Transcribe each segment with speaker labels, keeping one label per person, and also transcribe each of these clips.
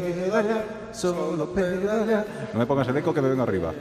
Speaker 1: pedalear, solo pedalear. No me pongas el eco que me vengo arriba.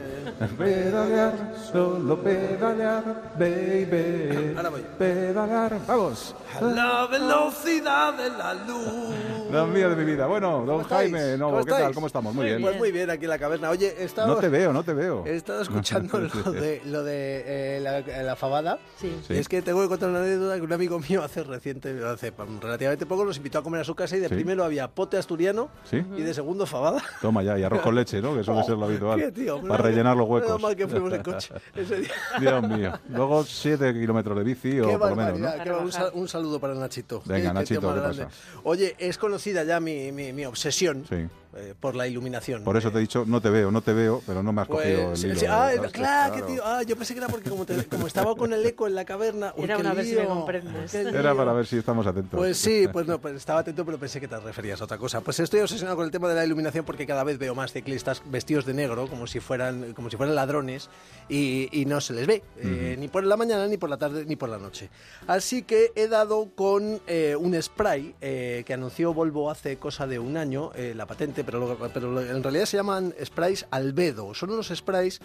Speaker 1: Pedalear, solo pedalear, baby.
Speaker 2: Ahora voy.
Speaker 1: Pedalear, vamos.
Speaker 2: La velocidad de la luz.
Speaker 1: La mía de mi vida. Bueno, don
Speaker 2: estáis?
Speaker 1: Jaime, no,
Speaker 2: ¿Cómo
Speaker 1: ¿qué tal?
Speaker 2: estáis?
Speaker 1: ¿Cómo estamos? Muy
Speaker 3: Muy
Speaker 1: bien.
Speaker 2: Pues muy bien aquí en la caverna. Oye, he estado,
Speaker 1: No te veo, no te veo.
Speaker 2: he estado escuchando lo de, lo de eh, la, la fabada.
Speaker 3: Sí.
Speaker 1: Sí.
Speaker 2: Y es que tengo que contar una anécdota que un amigo mío hace reciente, hace mm, relativamente poco, nos invitó a comer a su casa y de
Speaker 1: Sí.
Speaker 2: primero había pote asturiano
Speaker 1: Sí.
Speaker 2: y de segundo fabada.
Speaker 1: Toma ya, y arroz con leche, ¿no? Que suele ser lo
Speaker 2: Oh, Qué
Speaker 1: habitual.
Speaker 2: tío,
Speaker 1: para
Speaker 2: menos-
Speaker 1: rellenar los
Speaker 2: menos
Speaker 1: huecos.
Speaker 2: mal que fuimos en coche ese día.
Speaker 1: Dios mío. Luego 7 kilómetros de bici o
Speaker 2: Qué
Speaker 1: por lo menos, ¿no?
Speaker 2: barbaridad, qué bar- un, sal- un saludo para Nachito.
Speaker 1: Venga,
Speaker 2: tío
Speaker 1: Nachito,
Speaker 2: más
Speaker 1: ¿qué
Speaker 2: grande.
Speaker 1: pasa?
Speaker 2: Oye, es conocida ya mi, mi- mi obsesión
Speaker 1: Sí.
Speaker 2: eh, por la iluminación.
Speaker 1: Por eso te he dicho, no te veo, no te veo, pero no me has cogido el
Speaker 2: Pues,
Speaker 1: hilo.
Speaker 2: sí, ah,
Speaker 1: ¿sabes?
Speaker 2: claro, que tío, ah, yo pensé que era porque como, te- como estaba con el eco en la caverna. uy,
Speaker 3: Era
Speaker 2: qué
Speaker 3: una vez si
Speaker 2: lío,
Speaker 3: me comprendes.
Speaker 2: qué
Speaker 1: Era
Speaker 2: lío.
Speaker 1: para ver si estamos atentos.
Speaker 2: Pues sí, pues no, pues estaba atento, pero pensé que te referías a otra cosa. Pues estoy obsesionado con el tema de la iluminación porque cada vez veo más ciclistas vestidos de negro, como si fueran, como si fueran ladrones, y, y no se les ve, eh, ni por la mañana, ni por la tarde, ni por la noche. Así que he dado con eh, un spray eh, que anunció Volvo hace cosa de un año, eh, la patente, pero, luego- pero en realidad se llaman sprays albedo. Son unos sprays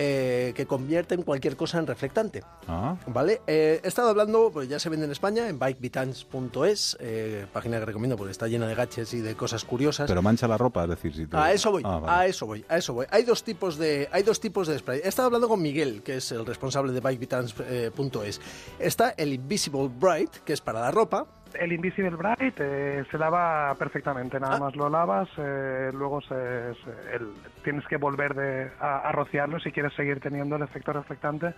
Speaker 2: eh, que convierten cualquier cosa en reflectante.
Speaker 1: Ah,
Speaker 2: Vale, eh, he estado hablando, pues ya se vende en España, en bikebitans.es, eh, página que recomiendo porque está llena de gaches y de cosas curiosas.
Speaker 1: pero mancha la ropa, es decir, si te-
Speaker 2: A eso voy,
Speaker 1: Ah, vale.
Speaker 2: a eso voy, a eso voy. Hay dos tipos de, hay dos tipos de spray. He estado hablando con Miguel, que es el responsable de bikebitans.es. Está el Invisible Bright, que es para la ropa.
Speaker 4: El Invisible Bright eh, se lava perfectamente, nada
Speaker 2: Ah.
Speaker 4: más lo lavas, eh, luego se- se- el- tienes que volver de- a, a rociarlo si quieres seguir teniendo el efecto reflectante,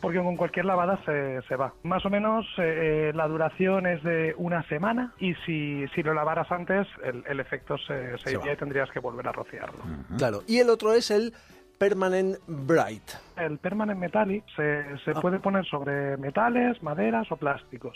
Speaker 4: porque con cualquier lavada se, se va. Más o menos eh, eh, la duración es de una semana y si, si lo lavaras antes, el, el efecto se, se
Speaker 2: Se va.
Speaker 4: iría y tendrías que volver a rociarlo.
Speaker 2: Claro. Y el otro es el Permanent Bright.
Speaker 4: El permanent metallic se, se puede poner sobre metales, maderas o plásticos.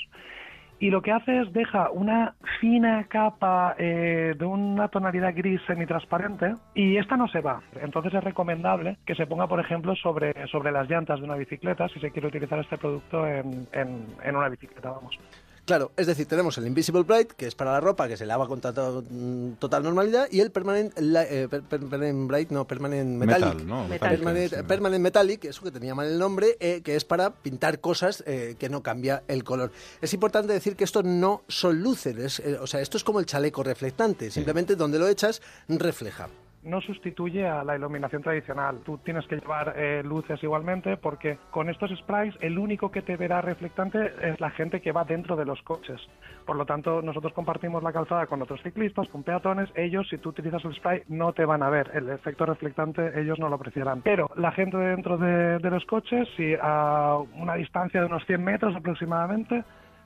Speaker 4: Y lo que hace es deja una fina capa eh, de una tonalidad gris semitransparente y esta no se va. Entonces es recomendable que se ponga, por ejemplo, sobre, sobre las llantas de una bicicleta si se quiere utilizar este producto en, en- en una bicicleta, vamos.
Speaker 2: Claro, es decir, tenemos el Invisible Bright, que es para la ropa, que se lava con tata- mm, total normalidad, y el Permanent, la- eh, per- per- Permanent Bright, no, Permanent Metallic.
Speaker 1: Metal, ¿no?
Speaker 3: Metal.
Speaker 2: Permanent,
Speaker 1: Sí.
Speaker 2: Permanent Metallic, eso que tenía mal el nombre, eh, que es para pintar cosas eh, que no cambia el color. Es importante decir que esto no son luces, es, eh, o sea, esto es como el chaleco reflectante, simplemente donde lo echas refleja.
Speaker 4: no sustituye a la iluminación tradicional. Tú tienes que llevar eh, luces igualmente porque con estos sprays el único que te verá reflectante es la gente que va dentro de los coches. Por lo tanto, nosotros compartimos la calzada con otros ciclistas, con peatones. Ellos, si tú utilizas el spray, no te van a ver. El efecto reflectante ellos no lo apreciarán. Pero la gente dentro de, de los coches, si a una distancia de unos 100 metros aproximadamente,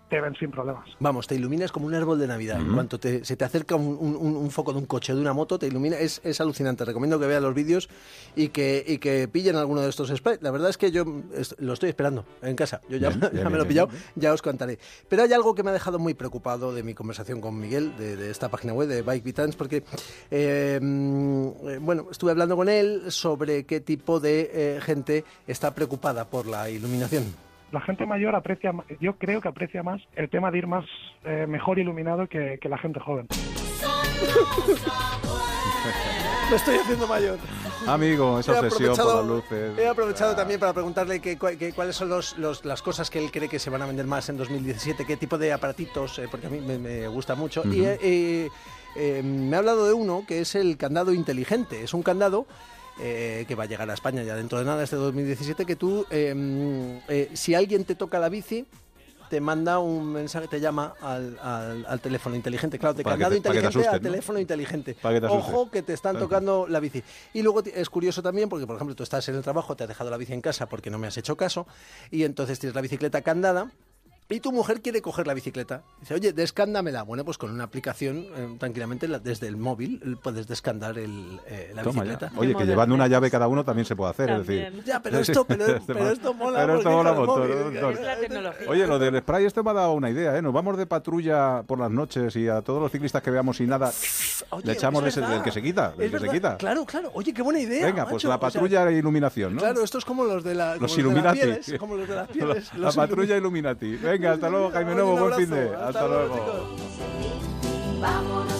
Speaker 4: te ven sin problemas.
Speaker 2: Vamos, te iluminas como un árbol de Navidad. En cuanto te- se te acerca un, un- un- un foco de un coche, de una moto, te ilumina. Es, es alucinante. Recomiendo que vean los vídeos y que, y que pillen alguno de estos sprays. La verdad es que yo est- lo estoy esperando en casa. Yo ya,
Speaker 1: Bien,
Speaker 2: ya
Speaker 1: bien, bien,
Speaker 2: me lo he
Speaker 1: bien,
Speaker 2: pillado,
Speaker 1: bien.
Speaker 2: ya os contaré. Pero hay algo que me ha dejado muy preocupado de mi conversación con Miguel, de, de esta página web de Bike Vitans, porque, eh, mm, eh, bueno, estuve hablando con él sobre qué tipo de eh, gente está preocupada por la iluminación.
Speaker 4: la gente mayor aprecia, ma- yo creo que aprecia más el tema de ir más eh, mejor iluminado que, que la gente joven.
Speaker 2: Me estoy haciendo mayor.
Speaker 1: Amigo, esa
Speaker 2: He
Speaker 1: obsesión por
Speaker 2: aprovechado-
Speaker 1: las luces.
Speaker 2: He aprovechado
Speaker 1: Ah,
Speaker 2: también para preguntarle que cua- que cuáles son los- los- las cosas que él cree que se van a vender más en 2017, qué tipo de aparatitos, eh, porque a mí me, me gusta mucho. Y eh, eh, eh, me ha hablado de uno que es el candado inteligente. Es un candado. eh, que va a llegar a España ya dentro de nada este 2017 que tú eh, eh, si alguien te toca la bici te manda un mensaje te llama al, al- al teléfono inteligente claro de
Speaker 1: Para que
Speaker 2: candado
Speaker 1: te- para que te
Speaker 2: inteligente a
Speaker 1: asusten, ¿no?
Speaker 2: teléfono inteligente
Speaker 1: Para que te asustes.
Speaker 2: ojo que te están
Speaker 1: Tal cual.
Speaker 2: tocando no, la bici. Y luego ti- es curioso también porque, por ejemplo, tú estás en el trabajo, te has dejado la bici en casa porque no me has hecho caso, y entonces tienes la bicicleta candada. Y tu mujer quiere coger la bicicleta. Dice, oye, descándamela. Bueno, pues con una aplicación, eh, tranquilamente, la- desde el móvil, eh, puedes descandar el, eh, la
Speaker 1: Toma ya.
Speaker 2: bicicleta.
Speaker 1: Oye, que
Speaker 3: Moderno.
Speaker 1: llevando una llave cada uno también se puede hacer, es
Speaker 3: También.
Speaker 1: decir.
Speaker 2: Ya, pero esto, pero, pero esto mola.
Speaker 1: Este Pero esto mola
Speaker 2: porque con el
Speaker 1: un montón,
Speaker 2: móvil,
Speaker 1: un montón.
Speaker 3: Es la tecnología.
Speaker 1: Oye, lo del spray esto me ha dado una idea, ¿eh? Nos vamos de patrulla por las noches y a todos los ciclistas que veamos sin nada,
Speaker 2: Oye, pues
Speaker 1: le echamos
Speaker 2: es
Speaker 1: ese- del
Speaker 2: verdad.
Speaker 1: que se quita, del
Speaker 2: Es
Speaker 1: que se
Speaker 2: verdad.
Speaker 1: quita.
Speaker 2: Claro, claro. Oye, qué buena idea.
Speaker 1: Venga, pues
Speaker 2: macho.
Speaker 1: la
Speaker 2: O sea,
Speaker 1: patrulla e iluminación, ¿no?
Speaker 2: Claro, esto es como los de la.
Speaker 1: Los
Speaker 2: como de las
Speaker 1: Illuminati.
Speaker 2: pieles, como los de las pieles.
Speaker 1: la
Speaker 2: los ilumi-
Speaker 1: patrulla Illuminati. Venga, hasta luego, Jaime
Speaker 2: Oye,
Speaker 1: Nuevo,
Speaker 2: un
Speaker 1: buen fin
Speaker 2: abrazo.
Speaker 1: de. Hasta, luego.
Speaker 2: chicos.
Speaker 5: Vámonos